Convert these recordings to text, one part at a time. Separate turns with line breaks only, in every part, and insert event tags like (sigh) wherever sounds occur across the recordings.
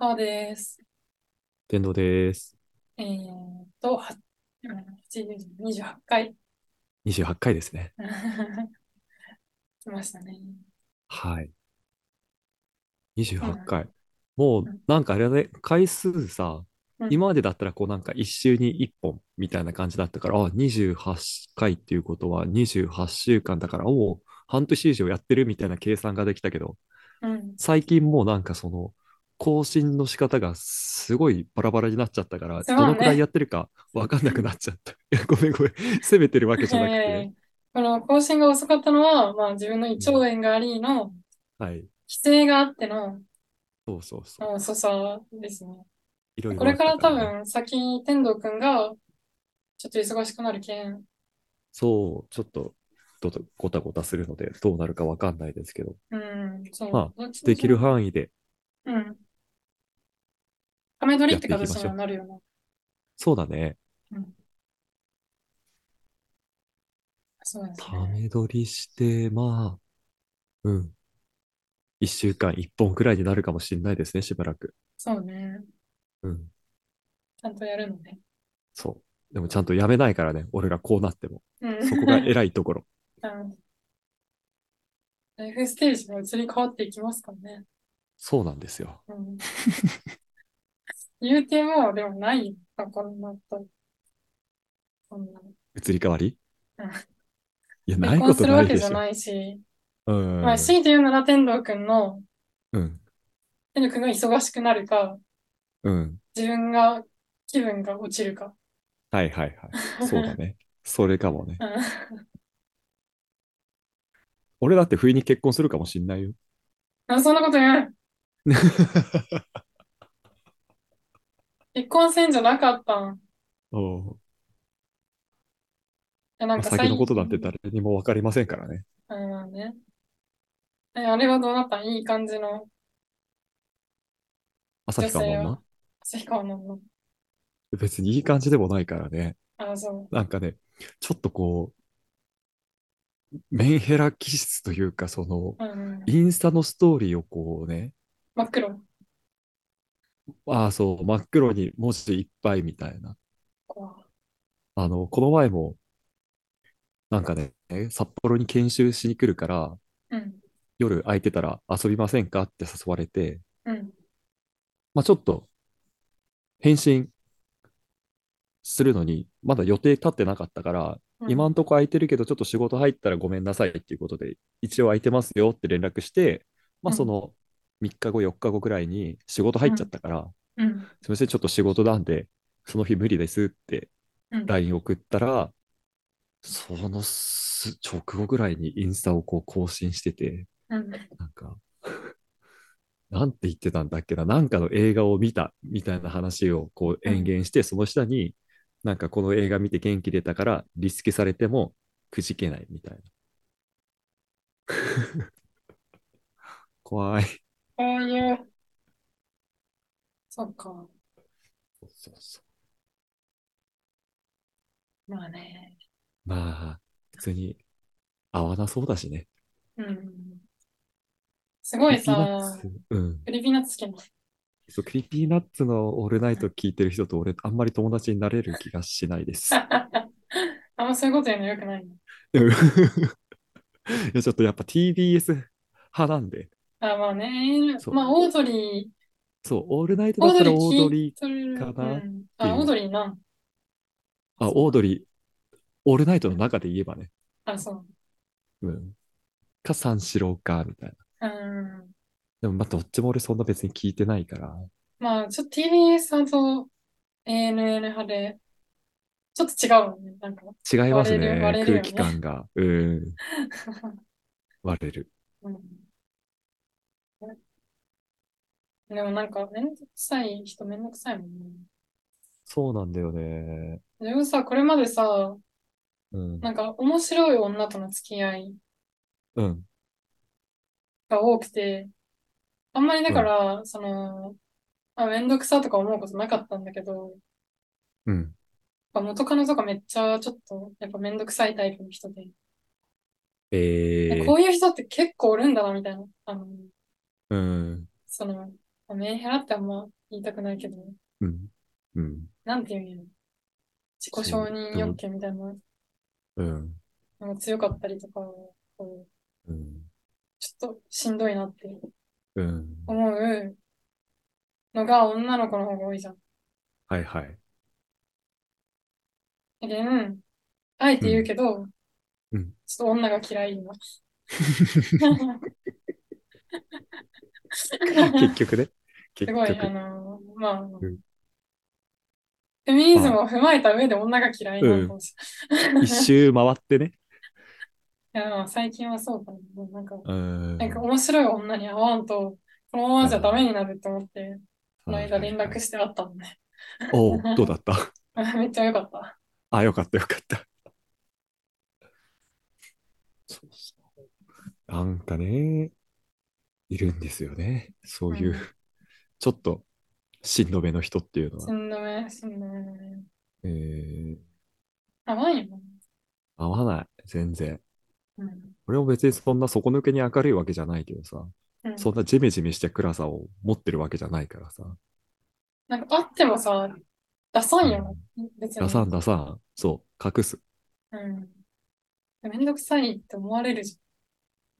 そうです。
天童です。
えーっと、は、80 28回 (laughs)
28回ですね。
来ましたね。
はい。28
うん、
回。も
う、
うんなんかあれだね、回数さ、
うん。
今までだったらこうなんか1週に1本みたいな感じだったから、あ、28回っていうことは28週間だからもう半年以上やってるみたいな計算ができたけど、
うん
最近もうなんかその更新の仕方がすごいバラバラになっちゃったから、ど
そ
の
う
くらいや
ね。
ってるかわかんなくなっちゃった (laughs) 。いや、ごめんごめん。責めてるわけじゃなくて
え
ね。
ー、この更新が遅かったのは、まあ自分の胃
う
腸
ん。
炎がありの、規
はい。
制があっての、
そうそうそう。
うん、遅さですね。
いろい
こ
ろあ
れ
っ
か
た
ら
か
多
らね。
分、先、天童くんが、ちょっと忙しくなるけん、
そう、ちょっと、どとごたごたするので、どうなるかわかんないですけど、
うん、そう、
まあ、
どっちに
で
し
き
ろ、
る範囲で
うん、亀取りっ
やってていきま
形に
しょ
は
う。
なるよ
そうだね。
な。うん、そうです
た
ね。
め撮りして、まあ、うん。一週間一本くらいになるかもしれないですね、しばらく。
そうね。
うん。
ちゃんとやるのね。
そう。でもちゃんとやめないからね、俺がこうなっても。
うん。
そこが偉い
(laughs)
ところ。
あのライフステージが移り変わっていきますからね。
そうなんですよ。
うん。言うても、でもないよ。こんなと、こんなの。
移り変わり
うん
いや、
結
ない
婚
こ
す
と
る
な
わ
い
け
で
じゃ
しょ。
ないし、
う
まあ、
ん。
強いて言うなら天童くんの、
うん。
天童くんが忙しくなるか、
うん。
自分が気分が落ちるか。
はいはいはい。そうだね。それかもね。
うん
俺だって不意に結婚するかもしんないよ。
あ、そんなこと言わ
(laughs)
ん。結婚せんじゃなかったん。い
おう
や、なん
まあ、
か
先の
最
ことなんて
近、
誰にも分かりませんからね。
うんね。え、あれはどうなったんいい感じの
旭
女
川
性
まん
は、
ま
旭川のの。
別にいい感じでもないからね。
あ、そ
なんかね、ちょっとこう、メンヘラ気質というか、そ
う。
の、
うん。
インスタのストーリーをこうね、
真っ黒。
ああ、そう、真っ黒に文字いっぱいみたいな。
こ
あの、この前も、なんかね、札幌に研修しに来るから、
ううん。
夜空いてたら遊びませんかって誘われて、
うん。
まあちょっと返信するのに、まだ予定立ってなかったから、
う
今
ん。
んとこ空いてるけど、ちょっと仕事入ったらごめんなさいっていうことで、一応空いてますよって連絡して、ま
う
あそ
ん。
の3日後、4日後くらいに仕事入
う
っちゃっ
ん。
たから、
うん。
すみません、ちょっと仕事なんで、その日無理ですって
うん。
LINE 送ったら、そのす直後ぐらいにインスタをこう更新してて、
うん。
なんか、なんて言ってたんだっけな、なんかの映画を見たみたいな話をこう
う
延
ん。
々して、その下に、なんかこの映画見て元気出たから、リスケされてもくじけないみたいな。怖い。
こういう、そっか。
そうそうそう。
まあね。
まあ、別に合わなそうだしね。
うん。す
ク
ご
リ
い
ピーナッ
さ、
ツ、うん。
クリピーナッツ好きな。
そう、クリピーナッツのオールナイト聞いてる人と俺、あんまり友達になれる気がしないです。
あんまそういうこと言うのよくないね。
うん (laughs) いや、ちょっとやっぱ TBS 派なんで、
あ、まあね。
そう、
まあ、オードリー、
そう、オールナイトだ
オ
っ
ー
た
ドリ
ら
ー
オー
聞
ド
い
リ
と
ーか
る。う
なっ
ん。
て
あ、
い
オー
う。
ドリーな。あ、
あ、
そっ
オード
か。
リー、オールナイトの中で言えばね。
あ、そう。
うん。か、三四郎か、みたいな。
うん。
でも、まあ、どっちも俺そんな別に聞いてないから。
まあ、ちょっと TBS 派と ANN 派で、ちょっと違うもんね。なんか、
違いま
割れ
す
る、
ね。
割れる
空
よ
気
ね。
感が。うん。割れる。
うん。でもなんか、めんどくさい人めんどくさいもんね。
そうなんだよね。
自分さ、これまでさ、
うん。
なんか面白い女との付き合い
うん。
が多くて、あんまりだ
う
か
ん。
ら、その、あ、めんどくさとか思うことなかったんだけど、
うん。
やっぱ元カノとかめっちゃちょっと、やっぱめんどくさいタイプの人で、え
え
こ
え
ういう人って結構おるんだな、みたいな。あの、
うん。
その、メンヘラってあんま言いたくないけど、
うん。うん。
なんていうんやろ。自己承認欲求みたいな
うん。
のが強かったりとか、こう
うん。
ちょっとしんどいなって
うん。
思うのが女の子の方が多いじゃん。
は
(laughs)
いはい。
だけん、あえて言うけど、
うん
ちょっと女が嫌い今。 (laughs)
結局ね。
す
結
ごい、あ
局。
のーまあ、
ん
フェミニズムを踏まえた上で女が嫌いなのかもしれない。
一周回ってね。
いや、まあ最近はそうかな。もうなんか、
うん。
なんか面白い女に会わんと、このままじゃダメになるって思って、この間連絡して会ったのね。 (laughs)
おうどうだった (laughs)
めっちゃ良かった。
あ、よかったよかった。そうそう。なんかね、いるんですよね。そういう、
うん
ちょっと、しんどめの人っていうの
し
は。
んどめ、しんどめ。
えー、
あ、ワインも。
合わない。全然。
うん。
俺も別にそんな底抜けに明るいわけじゃないけどさ、
うん
そんなジメジメして暗さを持ってるわけじゃないからさ。
なんかあってもさ、出さんよな。別に。
出さん出さん、そう、隠す。
うん。めんどくさいって思われるじ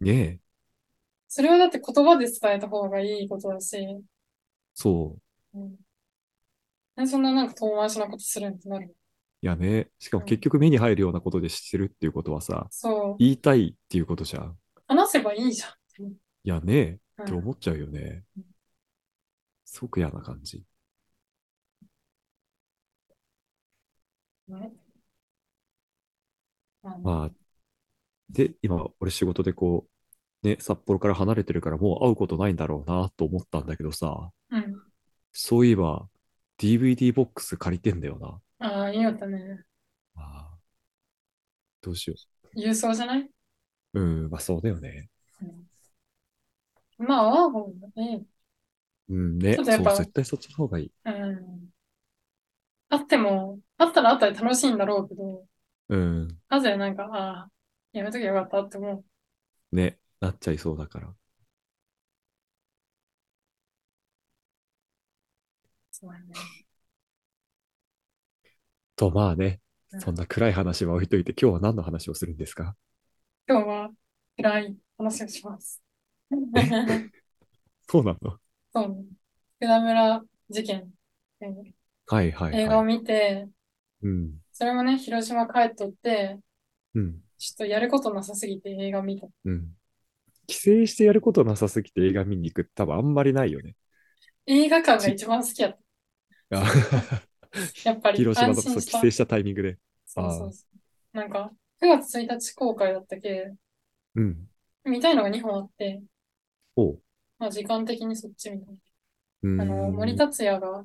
ゃん。
ねえ、
それはだって言葉で伝えた方がいいことだし、
そう。
うん。なんでそんななんか遠回しなことするんってなる。
いやね、しかも
うん
結局目に入るようなことでしてるっていうことはさ、
そう。
言いたいっていうことじゃん。
話せばいいじゃん。
いやねえ、
うん
って思っちゃうよね
うん。
すごく嫌な感じ。
ね。まあね
まあ、で、今、俺仕事でこう、ね、札幌から離れてるからもう会うことないんだろうなと思ったんだけどさ、
うん。
そういえば DVD ボックス借りてんだよな。
ああ、いいよったね。
ああどうしよ
郵送じゃない、
う。うん、まあそうだよね。
うん、まあ、会う方がいい。
うんね、
ちょ
そ
っとやっぱ
う、絶対そっちの方がいい。
うん。あっても、あったらあったで楽しいんだろうけど、
うん、
なぜなんか、ああ、やめときゃよかったって思う。
ね、なっちゃいそうだから。
そうやね。
と、まあね
う、ん
そんな暗い話は置いといて、今日は何の話をするんですか
今日は暗い話をし
(laughs)
ます。
そうなの
そうね。福田村事件。えー
はいはい
映画を
はい。
見て、
うん、
それもね、広島帰っとって、
うん、
ちょっとやることなさすぎて映画見た。
うん。帰省してやることなさすぎて映画見に行くって多分あんまりないよね。
映画館が一番好きやっ (laughs)
あ
た。やっぱり
広島
安
だとそ
心
う帰
した。
省したタイミングで。
そうそうそう。なんか、9月1日公開だったけ、
うん。
見たいのが2本あって、
おう。
まあ時間的にそっちみたい
うん
な。あの、森達也が、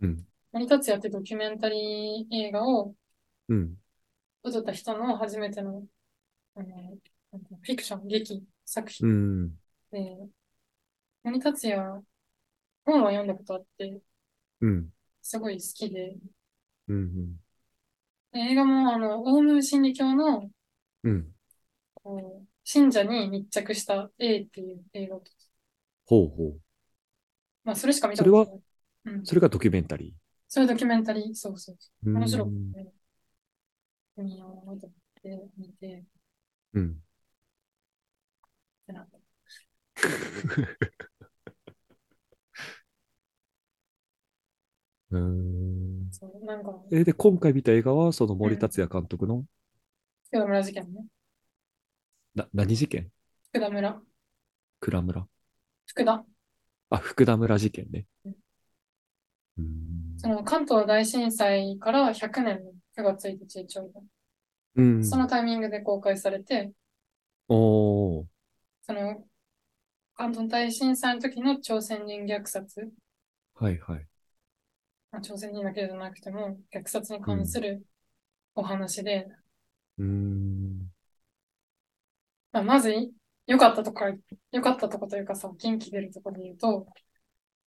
うん
森達也ってドキュメンタリー映画を
うん。
撮った人の初めての、あの、なんかフィクション、劇、作
う
品
ん。
で、森達也、本は読んだことあって、
うん。
すごい好きで、
うん。
で映画もあの、オウム真理教の、
うん。
こう、信者に密着した A っていう映画と、
ほうほう。
まあそれしか見たことない。うん。
それがドキュメンタリ
それドキュメンタリー、そうそうそう。
ー。
面白く
うん
て、見ようと思って見て、っ
うん。
てなった。
うーん。
そう、なんか、
え、で、今回見た映画は、その森達也監督の、
福田村事件ね。
な、何事件
福田村。
蔵村。
福田。
あ、福田村事件ね。
うん
うーん。
その関東大震災から100年の9月1日ちょう
うん
ど。そのタイミングで公開されて、
おー。
その、関東大震災の時の朝鮮人虐殺、
はいはい。
まあ、朝鮮人だけじゃなくても、虐殺に関するお話で、
うーん。
まあ、まずい、良かったとか、良かったとこというかさ、元気出るところで言うと、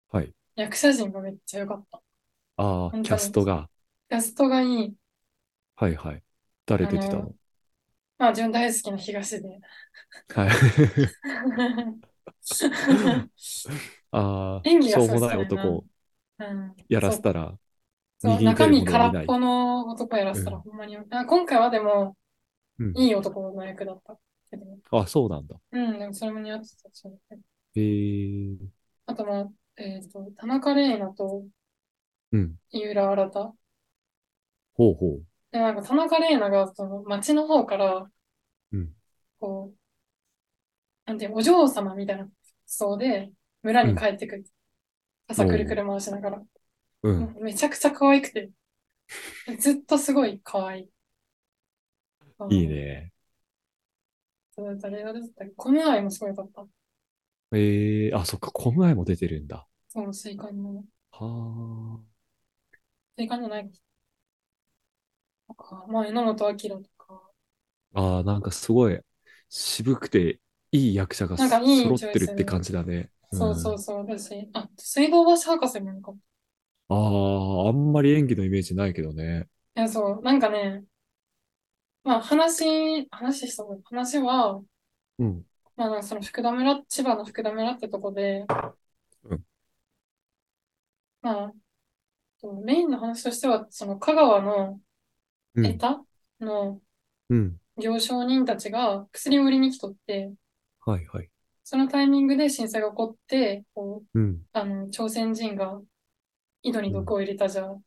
はい。
役者陣がめっちゃ良かった。
あ
当
あ、
に
キャストが。
キャストがいい。
はいはい。誰出てた
あ
の
まあ、自分大好き
(laughs)
な東で。
はい。あ
演技
あ、し
が
ょう
そう
もない
それ
男
な。
を
うん。
やら
そ
せ
う、
たら、
そう、
右に
中
出る
身
者
空
はい
っ
ない。
ぽの男やら
う
せたら
ん。
ほんまに、あ、今回はでも、
うん。
いい男の役だったけどね。
あ、そうなんだ。
うん、でもそれも似合ってたし。
へえ。
あとまあ、えっと、田中玲奈と
うん。
井浦新。
ほうほう。
で、なんか田中玲奈がその町の方から、
うん。
こう、なんていうの、お嬢様みたいな服装で村
う
に
ん。
帰ってくる。傘くるく
おう。
る回しながら。
う
も
ん。
うめちゃくちゃ可愛くて、ずっとすごい可愛い。う
いい
ん、
ね。
それ誰が出てたっけコムアイもすごい良かった。
ええ、あ、そっか、コムアイも出てるんだ。
そのスイカの、
はあ。
スイカじゃないとか、まあ、榎本明とか、
ああ、なんかすごい渋くていい役者が
なんか
そ
いい
揃っ
チョ
て
イ
るっ
ス
て
に、
感じだね。う。
そうそうんそう、だし、あ、水道橋博士もなんかった、
ああ、あんまり演技のイメージないけどね。
いや、そう、なんかね、まあ、話、話した方がいい話は、
うん。
まあ、なんかその福田村、千葉の福田村ってとこで、
うん。
まあ、メインの話としては、その香川の
う
江
ん。
田の
うん。
行商人たちが薬を売りに来とって、
はいはい。
そのタイミングで震災が起こって、こう、
うん。
あの、朝鮮人が井戸に
う
毒
ん。
を入れたじゃん、な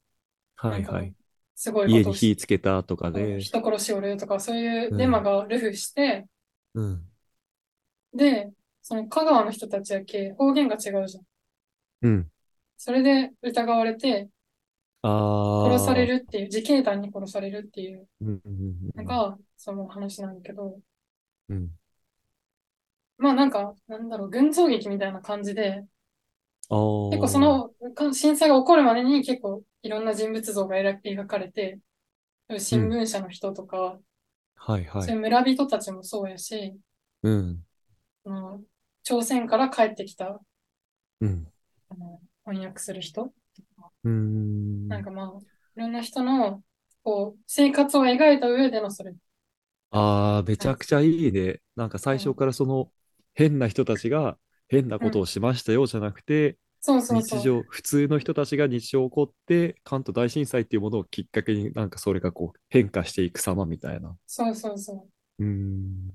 は
ん
い
か、
はい。
すごいこ
家
と
に
をし、
火つけたとか
あの、
で。
人殺しおるとか、そういう
う
デマ
ん。
がルフして、
うん。
で、その香川の人たちやけ、方言が違うじゃん。
うん。
それで疑われて、殺され
ああ。
るっていう、自警団に殺されるっていう
うん。うん。う
の
ん。
が、その話なんだけど、
うん
まあなんか、なんだろう、群像劇みたいな感じで、
あ
結構そ
ー
の、か震災が起こるまでに結構いろんな人物像が描描かれて、
う
新
ん。
聞社の人とか、
はいは
そうい
い。
う村人たちもそうやし、
うん。
あの朝鮮から帰ってきた、
うん。
あの翻訳する人とか、
うー
なん
ん。
かまあ、いろんな人の、こう、生活を描いた上でのそれ、
ああ、めち
なん
ゃ
か、
くちゃいいね。なんか
う
最初
ん、
からその変な人たちが変な
う
こと
ん、
をしましたよじゃなくて、
そうそうそ
日
う、
常、普通の人たちが日常起こって、関東大震災っていうものをきっかけになんかそれがこう変化していく様みたいな。
そうそうそう
ーん。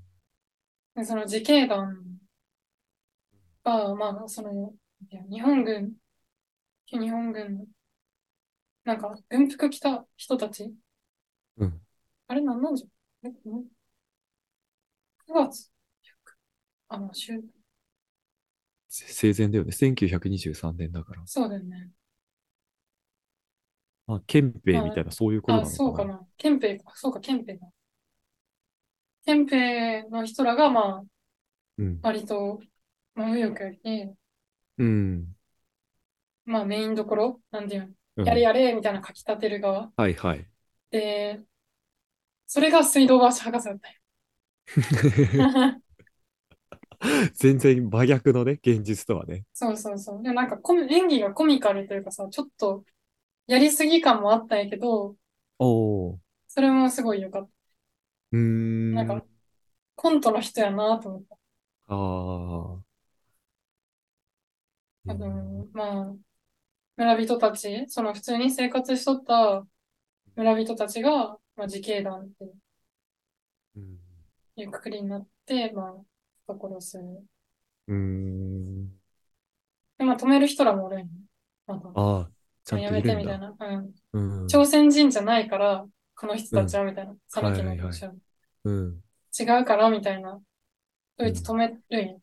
う。で、その自警団が、まあ、その、いや日本軍、日本軍、なんか、軍服着た人たち、
うん。
あれなんなんじゃ、え、ん9月、あの、週、
せ生前だよね。1923年だから。
そうだよね。
まあ、憲兵み
ま
たいな、そういうこと
あ、あ、
なの
そ
か
うか
な。
な。憲兵か、そうか、憲兵だ。憲兵の人らが、まあ、
うん。
割と、まあ、右翼より、
うん。
まあ、メインどころ、なんていうの、
う
やれ
ん。
やれ、みたいな書き立てる側。
はいはい。 (laughs)
で、それが水道橋博士だったよ。
(laughs) 全然真逆のね、現実とはね。
そうそうそう。で、なんかコミ、演技がコミカルというかさ、ちょっと、やりすぎ感もあったんやけど、
おー。
それもすごい良かった
う
なん
ー
か、
ん。
コントの人やなと思った。
ああ。う
あ
ん。
の、まあ、村人たち、その普通に生活しとった村人たちが、まあ、自警団って
うん
いうくくりになって、まあ、人殺す。
うーん。
で、まあ、止める人らもおるんよ。まだ、も
ああ、ちゃ
うんや
と
め
いる
て
ん
みたい
だ。
な。うん。
うん。
朝鮮人じゃないから、この人
う
たち
ん。
は、みたいな。讃
はい
岐の
はい
人
は
種
い。
は
うん。
違うから、みたいな。ド
う
イツ止
ん。
めるんよ。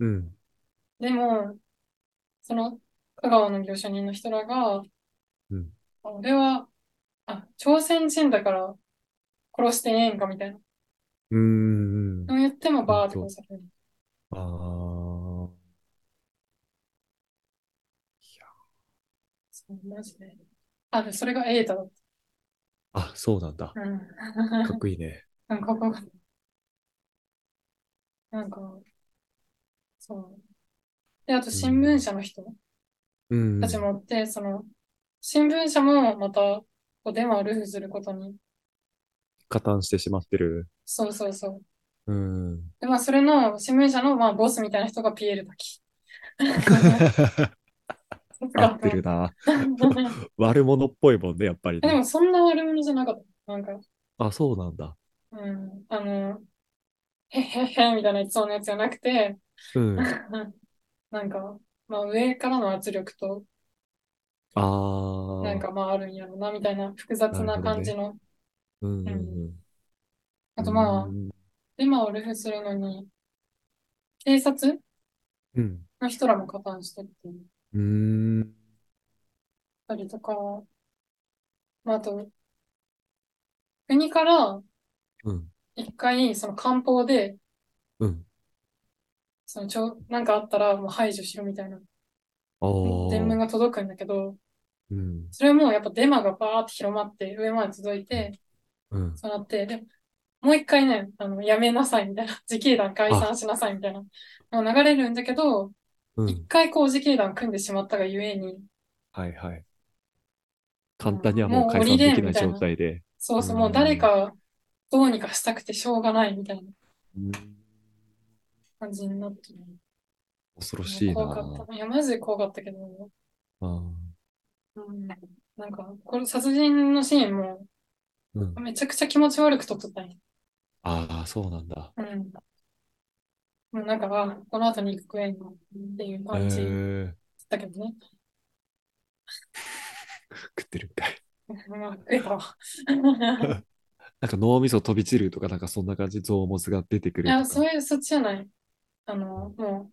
うん。
でも、その、香川の行商人の人らが、
うん。
俺は、あ、朝鮮人だから殺してええんか、みたいな。
うーん。
でも言っても
ほん
バーって殺さ
と。
れる。
ああ。いや
そう、マジで。あ、で、それがエータだっ
あ、そうなんだ。
た。うん。 (laughs)
かっこいいね。
なんか、ここなんか、そう。で、あと
う
新聞
ん。
社の人
う
たち
ん。
もおって、その、新聞社もまた、こう、デマをルフすることに。
加担してしまってる。
そうそうそう。
うん。
(laughs) で、まあ、それの、新聞社の、まあ、ボスみたいな人がピエール滝。そっか
合ってるな。悪者っぽいもんね、やっぱ
(laughs)
り
えで
ね。
もそんな悪者じゃなかった。なんか、
あ、そうなんだ。
うん、あの、へっへっへみたいな言ってそうなやつじゃ (laughs) なくて、
うん。あ
なんか、まあ上からの圧力と、
あ。
なんかまああるんやろな、みたいな複雑な感じの。
うんうんうん、
あとまあ
う、ん
今をルフするのに、警察
うん。
の人らも加担してるって言っ
うーん。
たりとか、まああと、国から
うん。
一回、その官報で、
うん。
そのちょ、なんかあったらもう排除しろみたいな
ああ。
伝聞が届くんだけど、
うん。
それもやっぱデマがバーって広まって、上まで届いて、
うん。
そうなって、で、もう一回ね、あの、やめなさいみたいな、 (laughs) 自警団解散しなさいみたいな、の流れるんだけど、
う
一
ん。
回こう自警団組んでしまったがゆえに、
はいはい。簡単にはもう解
もう
散
降り
で
れ
き
ん
な
み
い
たいな
状態で。
そうそう、
うん
もう誰かどうにかしたくてしょうがないみたいな
うん
感じになってる、
恐ろしい
怖か
な
っ。た。いや、マジで怖かったけど、
うん
うん、なんか、これ殺人のシーンも
うん。
めちゃくちゃ気持ち悪く撮っとったんや。
ああ、そうなんだ。
うん。もうなんか、あこの後に行くえんのっていう
え
感じだっ
ー、
たけどね。
食ってるんかい。
まあ、食えたわ。
なんか脳みそ飛び散るとか、なんかそんな感じ、臓物が出てく
い
る
や、
とか
そ。ういう、そっちじゃない。あの、もう、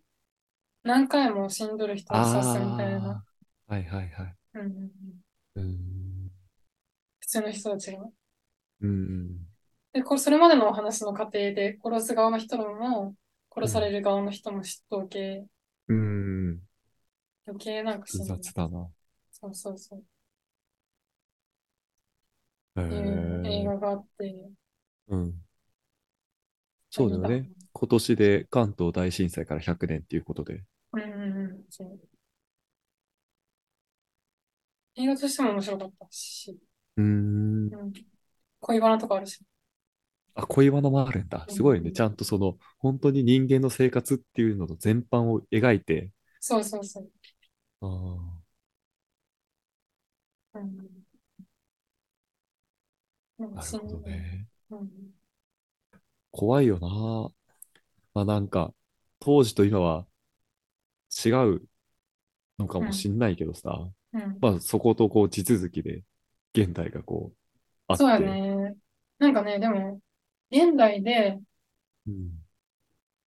何回も死んどる人を刺すみたいな。
ああ。はいはいはい。
うんうんうん、
うーん。
普通の人たちが。
うん。
で、こそれまでのお話の過程で、殺す側の人も、殺される側の人も知っとけ、
うん。うん
余計なんか死
複
んだ。
雑だな。
そうそうそう。
へ
っていう映
え。
画があって。
うん。そうだよ
見
ね。今年で関東大震災から100年っていうことで。
た。うんうんうん。そう映画としても面白かったし、
うーん。
うん、恋バナとかあるし。
あ、恋バナもあるんだ。すごいね。
うん
ちゃんとその、本当に人間の生活っていうのの全般を描いて。
そうそうそう。
あー
うん、うん
なるほど。ね。
うん、
怖いよな。まあなんか、当時と今は違うのかもしんないけどさ。
うん。
まあそことこう地続きで、現代がこう、あっ
そうや
て。
ね。なんかね、でも、現代で
うん。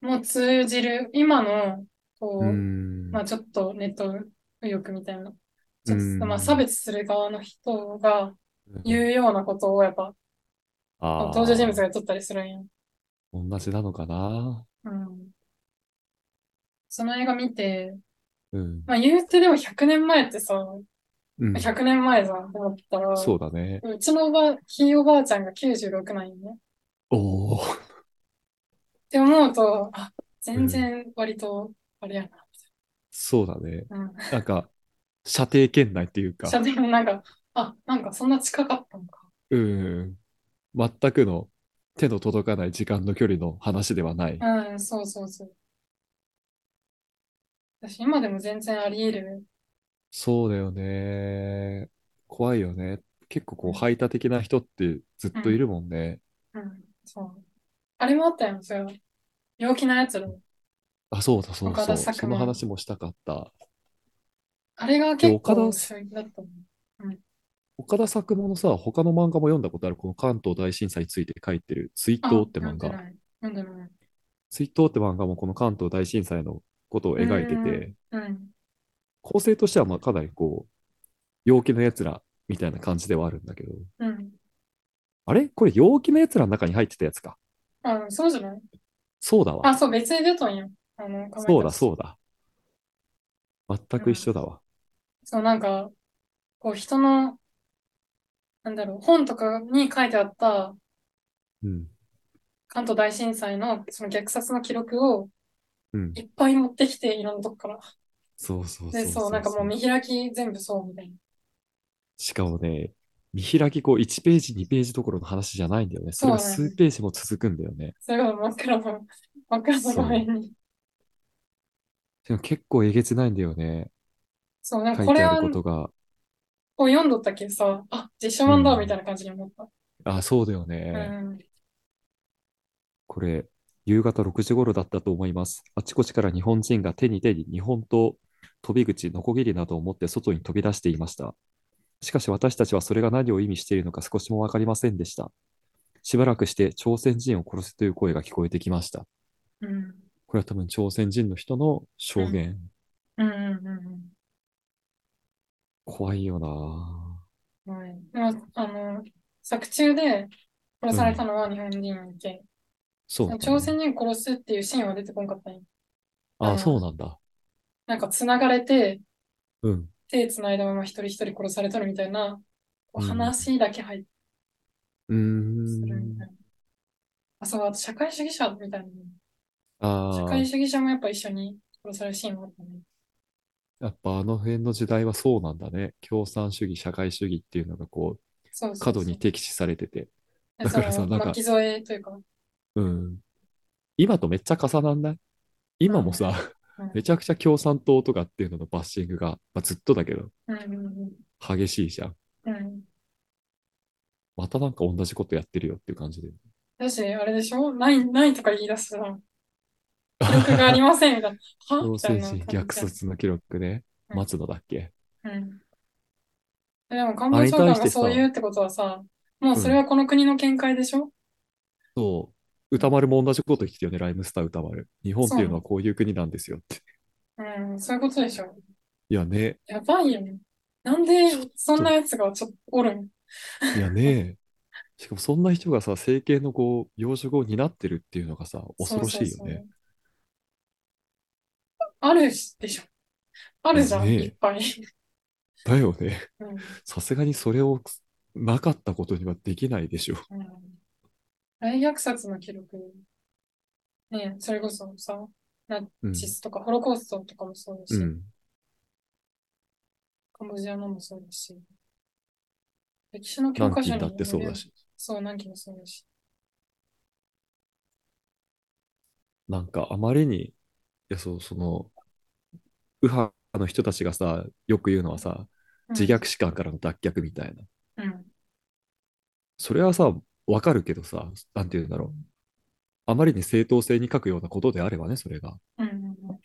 もう通じる、今の、こ
う
う、
ん。
まあちょっとネット右翼みたいな、ちょっ
うん
とまあ差別する側の人が言うようなことをやっぱ、
あー
登場人物が撮ったりするんや。
同じなのかな。
うん。その映画見て、
うん。
まあ言うてでも100年前ってさ、
うん、
100年前じゃんと思ったら、
そうだね。
うちのおば、ひいおばあちゃんが96なんよね。っ
おー
て思うと、あ、全然割と、あれや
そうだね。
な。うん。
なんか、射程圏内っていうか、
写真もなんか、あ、なんかそんな近かったのか。
うん。全くの手の届かない時間の距離の話ではない。
うん、そうそうそう。私今でも全然あり得る。
そうだよね。怖いよね。結構こう、排他的な人ってずっといるもんね。
うん、そう。あれもあったよ、それは。陽気なやつら。
あ、そうだ、そう
岡
そ
田
う。
作
その
間
話もしたかった。
あれが結
岡田
構衝撃だったもん。
岡田作間のさ、他の漫画も読んだことある、この関東大震災について書いてる、追
あ、
悼って漫
読んで
画。
ない。読んでない。
追悼って漫画もこの関東大震災のことを描いてて、
うん。
構成としてはまあかなりこう、陽気な奴らみたいな感じではあるんだけど、
うん。
あれこれ陽気な奴らの中に入ってたやつか。
あ、そうじゃない
そうだわ。
あ、そう、別に出たんや。あの、かまいたち
そうだ、そうだ。全く一緒だわ。
そう、なんか、こう、人の、なんだろう、本とかに書いてあった
うん。
関東大震災のその虐殺の記録を
うん。
いっぱい持ってきて、いろんなとこから。
そうそうそう
で、そう、なんかもう見開き全部そうみたいな。
しかもね、見開きこう1ページ、2ページどころの話じゃないんだよね。それが
そうだね
数ページも続くんだよね。
それが真っ暗の、真っ暗の画面に。
でも結構えげつないんだよね。
そう、なんか
書い
こ
て
れ
あ
は
ることが。
を読んどったけどさ、あ、実写版だみたいな感じに思った。
あ、そうだよ
う
ね。
ん。
これ、夕方6時頃だったと思います。あちこちから日本人が手に手に日本刀、飛び口、ノコギリなどを持って外に飛び出していました。しかし私たちはそれが何を意味しているのか少しもわかりませんでした。しばらくして朝鮮人を殺せという声が聞こえてきました。
うん。
これは多分朝鮮人の人の証言。
うんうんうん
怖いよな
うん。はい。でも、あの、作中で殺されたのは日本人いて、
そうなんだね
朝鮮人殺すっていうシーンは出てこなかったんよ
あ
うん
そうなんだ。
なんか繋がれて、
うん。
手繋いだまま一人一人殺されとるみたいな、こう
うん
話だけ入って
うー
するみ
ん
たい。な。あ、そう、あと社会主義者みたいな。社
ああ
会、主義者もやっぱ一緒に殺されるシーンもあったね。
やっぱあの辺の時代はそうなんだね。共産主義、社会主義っていうのがこ
そうそう
う、
そう。
過度に敵視されてて。
で
だから
そ
さ
の
なんか
巻き添えというか、
うん。今とめっちゃ重なんない今もさ、
うん
めちゃくちゃ共産党とかっていうののバッシングが、まあ、ずっとだけど、
うんうん
激しいじゃん。
うん。うん。
またなんか同じことやってるよっていう感じで。
だし、あれでしょない、ないとか言い出すじゃん。記録がありませんみ
(laughs)
たいな。は
朝
みたい
鮮
な
人
感じじゃん
虐殺の記録ね。
うん
松野だっけ
うん。でも、官房長官がそう言うってことはさ、もうそれはこの国の見解でしょ
そう。歌丸も同じこと言ってたよね、ライムスター歌丸。日本っていうのはこういう国なんですよって。
うん、そういうことでしょ
いやね、
やばいよね。なんで、そんなやつがちょっとおるん
いやね。しかもそんな人がさ、政権のこう、要職を担ってるっていうのがさ、恐ろしい
そ
よ
うそうそ
ね。
うあるしでしょ。あるじゃん、
ねえ
いっぱい。
だよね。
うん、
さすがにそれをなかったことにはできないでしょ。
うん。大虐殺の記録。ねえそれこそさ、
うん。
チスとかホロコーストとかもそうだし、
うん。
カンボジアのもそうだし、歴史の教科
南
書
京
に
だ
も
ってそう
ね
だし。
そう、何期もそうだし。
なんかあまりに、いや、そう、その、右派の人たちがさ、よく言うのはさ、
うん
自虐史観からの脱却みたいな。
うん。
それはさ、わかるけどさ、なんて言うんだろう。あまりに正当性に欠くようなことであればね、それが。
うんうんうん。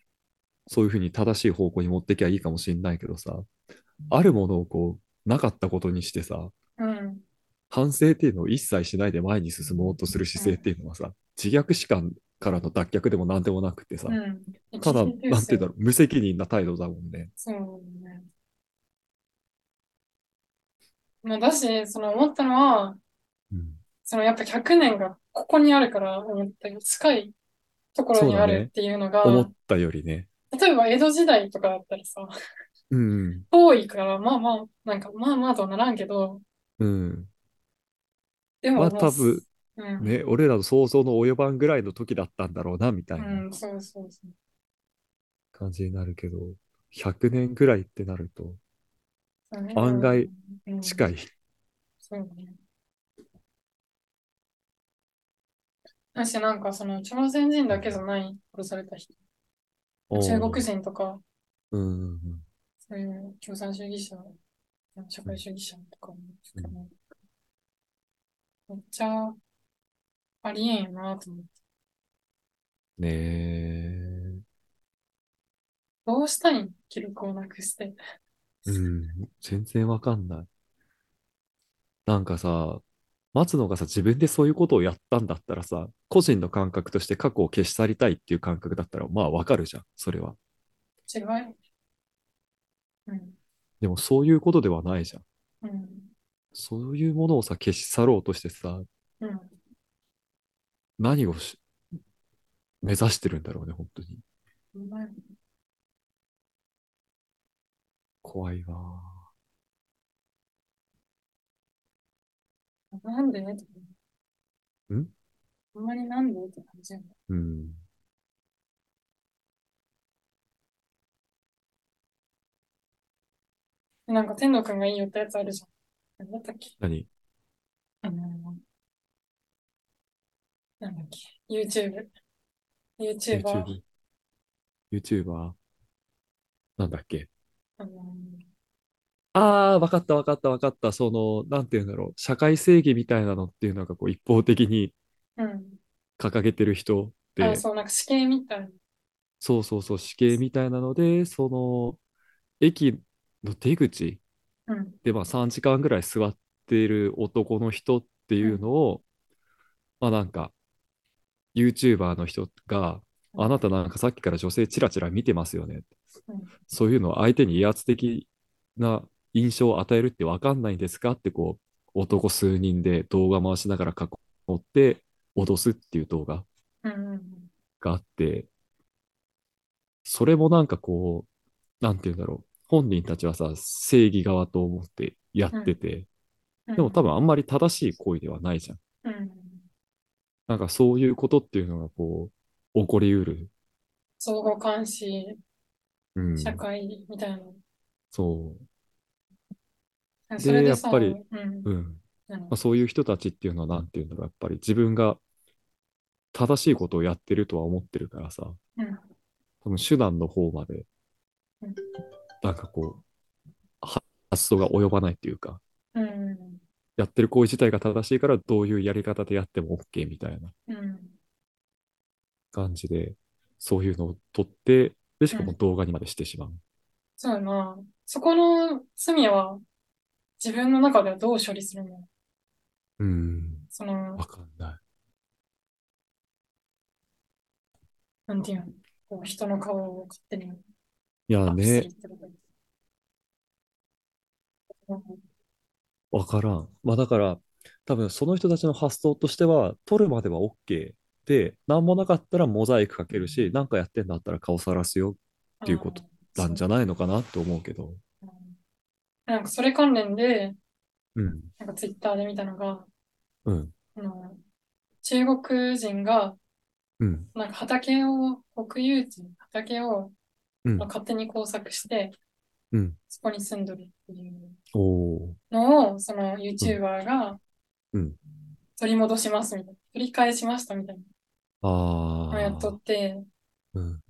そういうふうに正しい方向に持ってきゃいいかもしれないけどさ、あるものをこう、なかったことにしてさ、
うん。
反省っていうのを一切しないで前に進もうとする姿勢っていうのはさ、自虐史観からの脱却でもなんでもなくてさ、
うん。
ただ、
一時停止
なんて言うんだろう、無責任な態度だもんね。
そうね。まあ、だし、その思ったのは、
うん、
そのやっぱ100年がここにあるから思ったよ。近いところにあるっていうのが、
思ったよりね。
例えば江戸時代とかだったらさ、
うん、
遠いから、まあまあ、なんかまあまあとはならんけど、
うん。
でも
まあ
もう
多分、
うん、
ね、俺らの想像の及ばんぐらいの時だったんだろうな、みたいな
うん、そうそうそう。
感じになるけど、100年ぐらいってなると
そうね
案外、
うん
近い。
そうね。だし、なんかその朝鮮人だけじゃない殺された人、中国人とか、
うんうんうん。
そういう共産主義者、社会主義者とかも含め、めっちゃありえんよなと思って。
ねえ。
どうしたいん記録をなくして。
うん、全然わかんない。なんかさ、松野がさ、自分でそういうことをやったんだったらさ、個人の感覚として過去を消し去りたいっていう感覚だったら、まあわかるじゃん、それは。
違い。うん。
でもそういうことではないじゃん。
うん。
そういうものをさ、消し去ろうとしてさ、
うん。
何をし目指してるんだろうね、本当に。
うまい
怖いわ。
なんでとか。
ん
あんまりなんでって感じやね
うん。
なんか天童くんがいいよってやつあるじゃん。なんだったっけ
何
あの、なんだっけ ?YouTube。YouTuber。
?YouTube?YouTuber? なんだっけ。
あの、
ああ、わかったわかったわかった。その、なんて言うんだろう。社会正義みたいなのっていうのがこう一方的に
うん。
掲げてる人っ
あ、
て、
そう、なんか死刑みたいな。
そうそうそう、死刑みたいなので、その、駅の出口
うん、
で、まあ3時間ぐらい座ってる男の人って
う、
いうんのを、まあなんか、YouTuber の人が、
う
あ
ん、
なたなんかさっきから女性チラチラ見てますよね。
うん。
そういうのを相手に威圧的な印象を与えるってわかんないんですかってこう、男数人で動画回しながら囲って脅すっていう動画
うんうん
があって、それもなんかこう、なんて言うんだろう。本人たちはさ、正義側と思ってやっ
う
て
ん
て、
う
でも多
ん
分あんまり正しい行為ではないじゃん。
うん
なんかそういうことっていうのがこう、起こりうる。
相互監視、
う
社
ん。
会みたい
そう。
な。それ
で、
で
やっ
さ、
ぱり、
うん、
うん。
あ
まあ、
の、
そういう人たちっていうのは、なんていうんだろう。やっぱり自分が正しいことをやってるとは思ってるからさ、
うん、
多分手段の方まで、
うん、
なんかこう、は発想が及ばないっていうか、
うん、
やってる行為自体が正しいからどういうやり方でやっても OK みたいな
うん、
感じで、そういうのを取って、で、し
う
かも
ん。
動画にまでしてしまう。
そうやな。そこの罪は自分の中ではどう処理するの
うーん、
その、
わかんない。
なんていうのこう人の顔を勝手に
いや
アップする
ね、
ってこと。
わからん。まあだから、多分その人たちの発想としては、取るまでは OK で、なんもなかったらモザイクかけるし、なんかやってんだったら顔さらすよっ
あ
ていう
あ、
ことなん
そ
じゃ
う。
ないのかなと思うけど。
うんなんかそれ関連で、
うん、
なんかツイッターで見たのが、
うん、
あの、中国人が、
うん、
なんか畑を、国有地、畑を、
う
まあ、
ん、
勝手に工作して、
うん。
そこに住んどるっていう
おー、
のを、その
うん、
YouTuber が
うん。
取り戻しますみたいな。取り返しましたみたいなのをやっと
あ
って、い
ー、うん。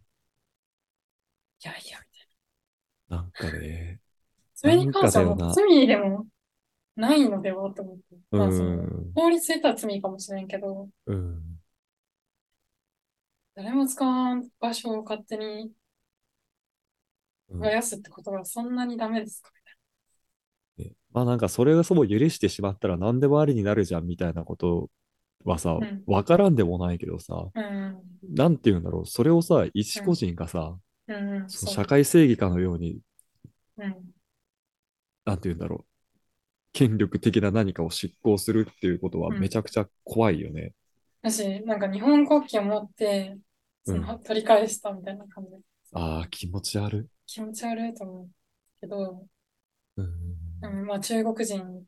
やいや、みたいな。
なんかね、
そ
な
れに
ん
関
か
して
だ
は
よ
もう
な。
罪でもないのではと思って。
う
まあその、
ん、
法律で言ったら罪かもしれんけど、
うん。
誰も使わん場所を勝手に
う
耕
ん
すってことがそんなにダメですか
ねまあなんかそれがそも許してしまったら何でもありになるじゃんみたいなことはさ、
みたい
わからんでもないけどさ、
な。うん、うん、
なんて言うんだろう、それをさ、一
う
個
ん、
人がさ、
うん、
そ
そ
の社
う。
会正義かのように、
うん、
なんて言うんだろう、権力的な何かを執行するっていうことは
う
めち
ん。
ゃくちゃ怖いよね。
だし、なんか日本国旗を持って、
う
その
ん。
取り返したみたいな感じ。
ああ、気持ち悪い。
気持ち悪いと思うけど、
う
で
ん。
もまあ中国人っ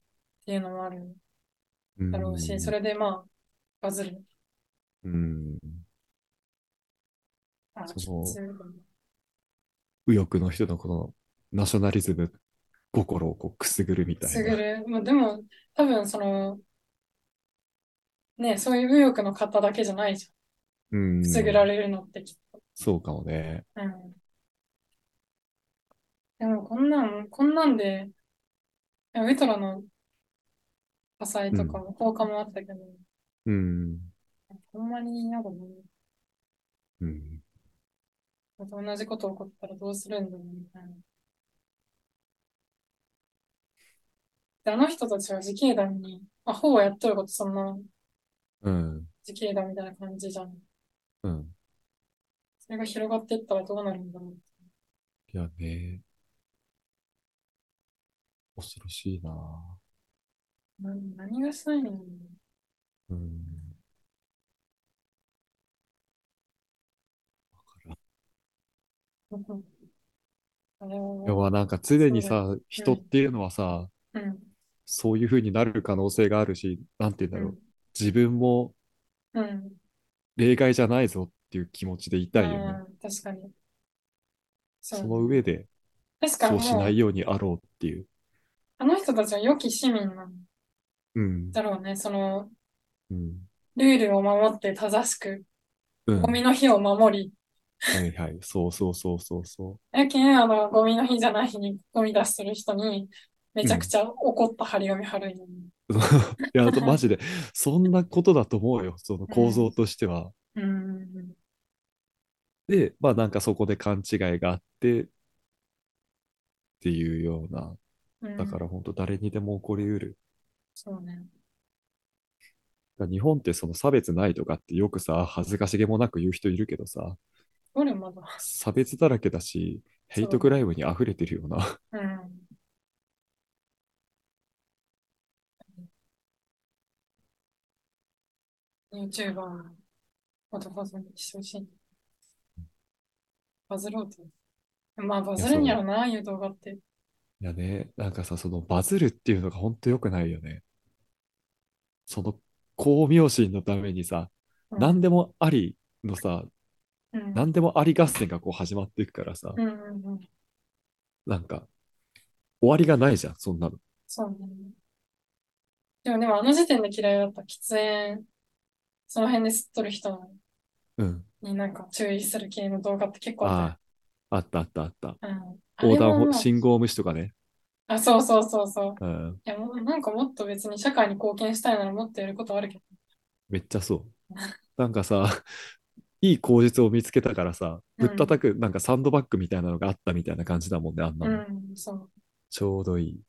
ていうのもある
う
だろうし、そ
ん。
れでまあ、バズる。
うん。
あ、
そ
きつ
の、
いかも。
右翼の人のこのナショナリズム心をこうくすぐるみ
く
た
す
い
ぐ
な。
る。まあ、でも、多分その、ね、そういう右翼の方だけじゃないじゃん。
う
くすぐら
ん。
れるのってきっと。
そうかもね。
うん。でもこんなん、こんなんで、いやウトラの火災
う
とか
ん。
放火もあったけど、
うん。
ほんまになんかもう、
うん。
また同じこと起こったらどうするんだろうみたいな。で、あの人たちは自警団に、アホをやっとることそんな
うん。
自警団みたいな感じじゃん。
うん。
それが広がっていったらどうなるんだろう。
いやね、恐ろしいな。
な、何がしたいの
うん。わからん
うんあれは、
要はなんか常
そ
に
うだ。
さ、
う
人っ
ん、
ていうのはさ、
うん、
そういうふうになる可能性があるし、なんて言うん
う
だろう。
ん、
自分も
うん。
例外じゃないぞっていう気持ちでいたいよね。
ああ、確かに。そう
そ
ね。
の上で、
確か
そうしな
も、
いうようにあろうっていう。
あの人たちは良き市民なん
うん。
だろうね。その、
うん。
ルールを守って正しく、
う
ゴ
ん。
ミの日を守り、
はいはい。そうそうそうそうそ
やけん、あの、ゴミの日じゃない日にゴミ出しする人に、めちゃくちゃ怒った張り紙貼るんよね
う。いや、マジで、そんなことだと思うよ。その構造としては。
うん。
で、まあなんかそこで勘違いがあって、っていうような。
うん
だから本当誰にでも起こりうる。
そうね。
だから日本ってその差別ないとかってよくさ、恥ずかしげもなく言う人いるけどさ、
どれまだ。
差別だらけだし、ヘイトクライムに溢れてるような。 (laughs)
うん。YouTuber、男さんにしてほしい。バズろうと。まあ、バズるんやろな、ああいう動画って。
いやね、なんかさ、そのバズるっていうのが本当良くないよね。その光明心のためにさ、
うん
何でもありのさ、
うん。
何でもあり合戦がこう始まっていくからさ、
うんうんうん。
なんか終わりがないじゃん、そんなの。
そうね。でも、でもあの時点で嫌いだった喫煙、その辺で吸っとる人
うん。
になんか注意する系の動画って結構あっ
ああ、あったあったあった。
たよ。うん。あ
横
れ
断
も
歩
もう
信号無視とかね。
あ、そうそうそうそう。
うん。
いや、もうなんかもっと別に社会に貢献したいならもっとやることあるけど。
めっちゃそう。なんかさ、いい口実を見つけたからさ、
うん
ぶったたく、なんかサンドバッグみたいなのがあったみたいな感じだもんね、あんな
う
の。
ん、そう。
ちょうどいい。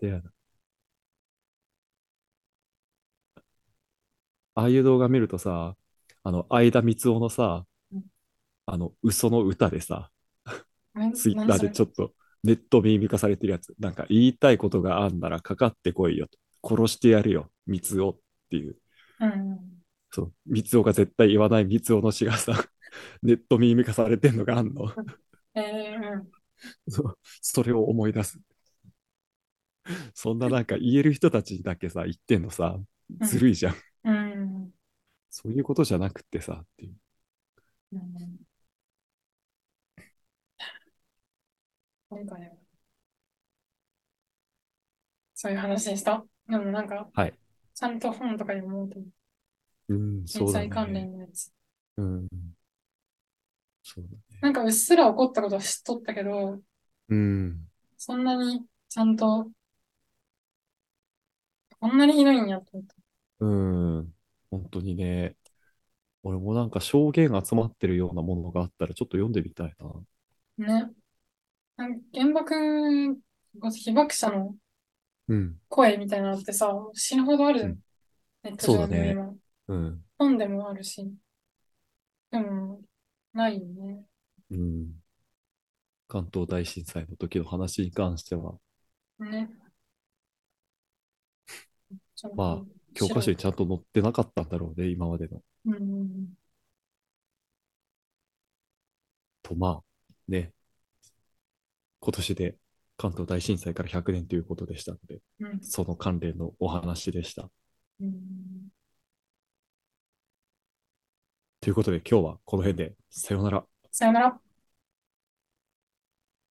でやな。ああいう動画見るとさ、あの、相田みつおのさ
うん、
あの、嘘の歌でさ、
え
ツイッタ
何
ー
そ
で
れ
ちょっとネットミーム化されてるやつ。なんか言いたいことがあんならかかってこいよと。殺してやるよ、三つおっていう。
うん。
そう、三つおが絶対言わない三つおの詩がさ、 (laughs) ネットミーム化されてんのがあんの。
ええうん。
そうそれを思い出す。そんななんか言える人たちにだけさ、言ってんのさ、ずるいじゃん。
うん。
そういうことじゃなくってさ、っていう。
うん。なんかね、そういう話でした。でもなんか、
はい
ちゃんと本とか読もうと思う。
う
震
ん、そうだ
災関
ね。
連のやつ。
うん。そうだね。
なんかうっすら起こったことは知っとったけど、
うん。
そんなにちゃんと、こんなにひどいんやって思った。
うん。本当にね。俺もなんか証言集まってるようなものがあったらちょっと読んでみたいな。
ね。なんか原爆、被爆者の
うん。
声みたいなのってさ、死ぬほどあるじゃん
うん
ネット上
そうだ
にも
ね
今。
うん。
本でもあるし。でも、ないよね。
うん。関東大震災の時の話に関しては、
ね。ちょっと
まあ教科書にちゃんと載ってなかったんだろうね、今までの。
うんうんうん。
と、まあ、ね。今年で関東大震災から100年ということでしたので、
うん
その関連のお話でした。
うん。
ということで今日はこの辺で、さようなら。
さよなら。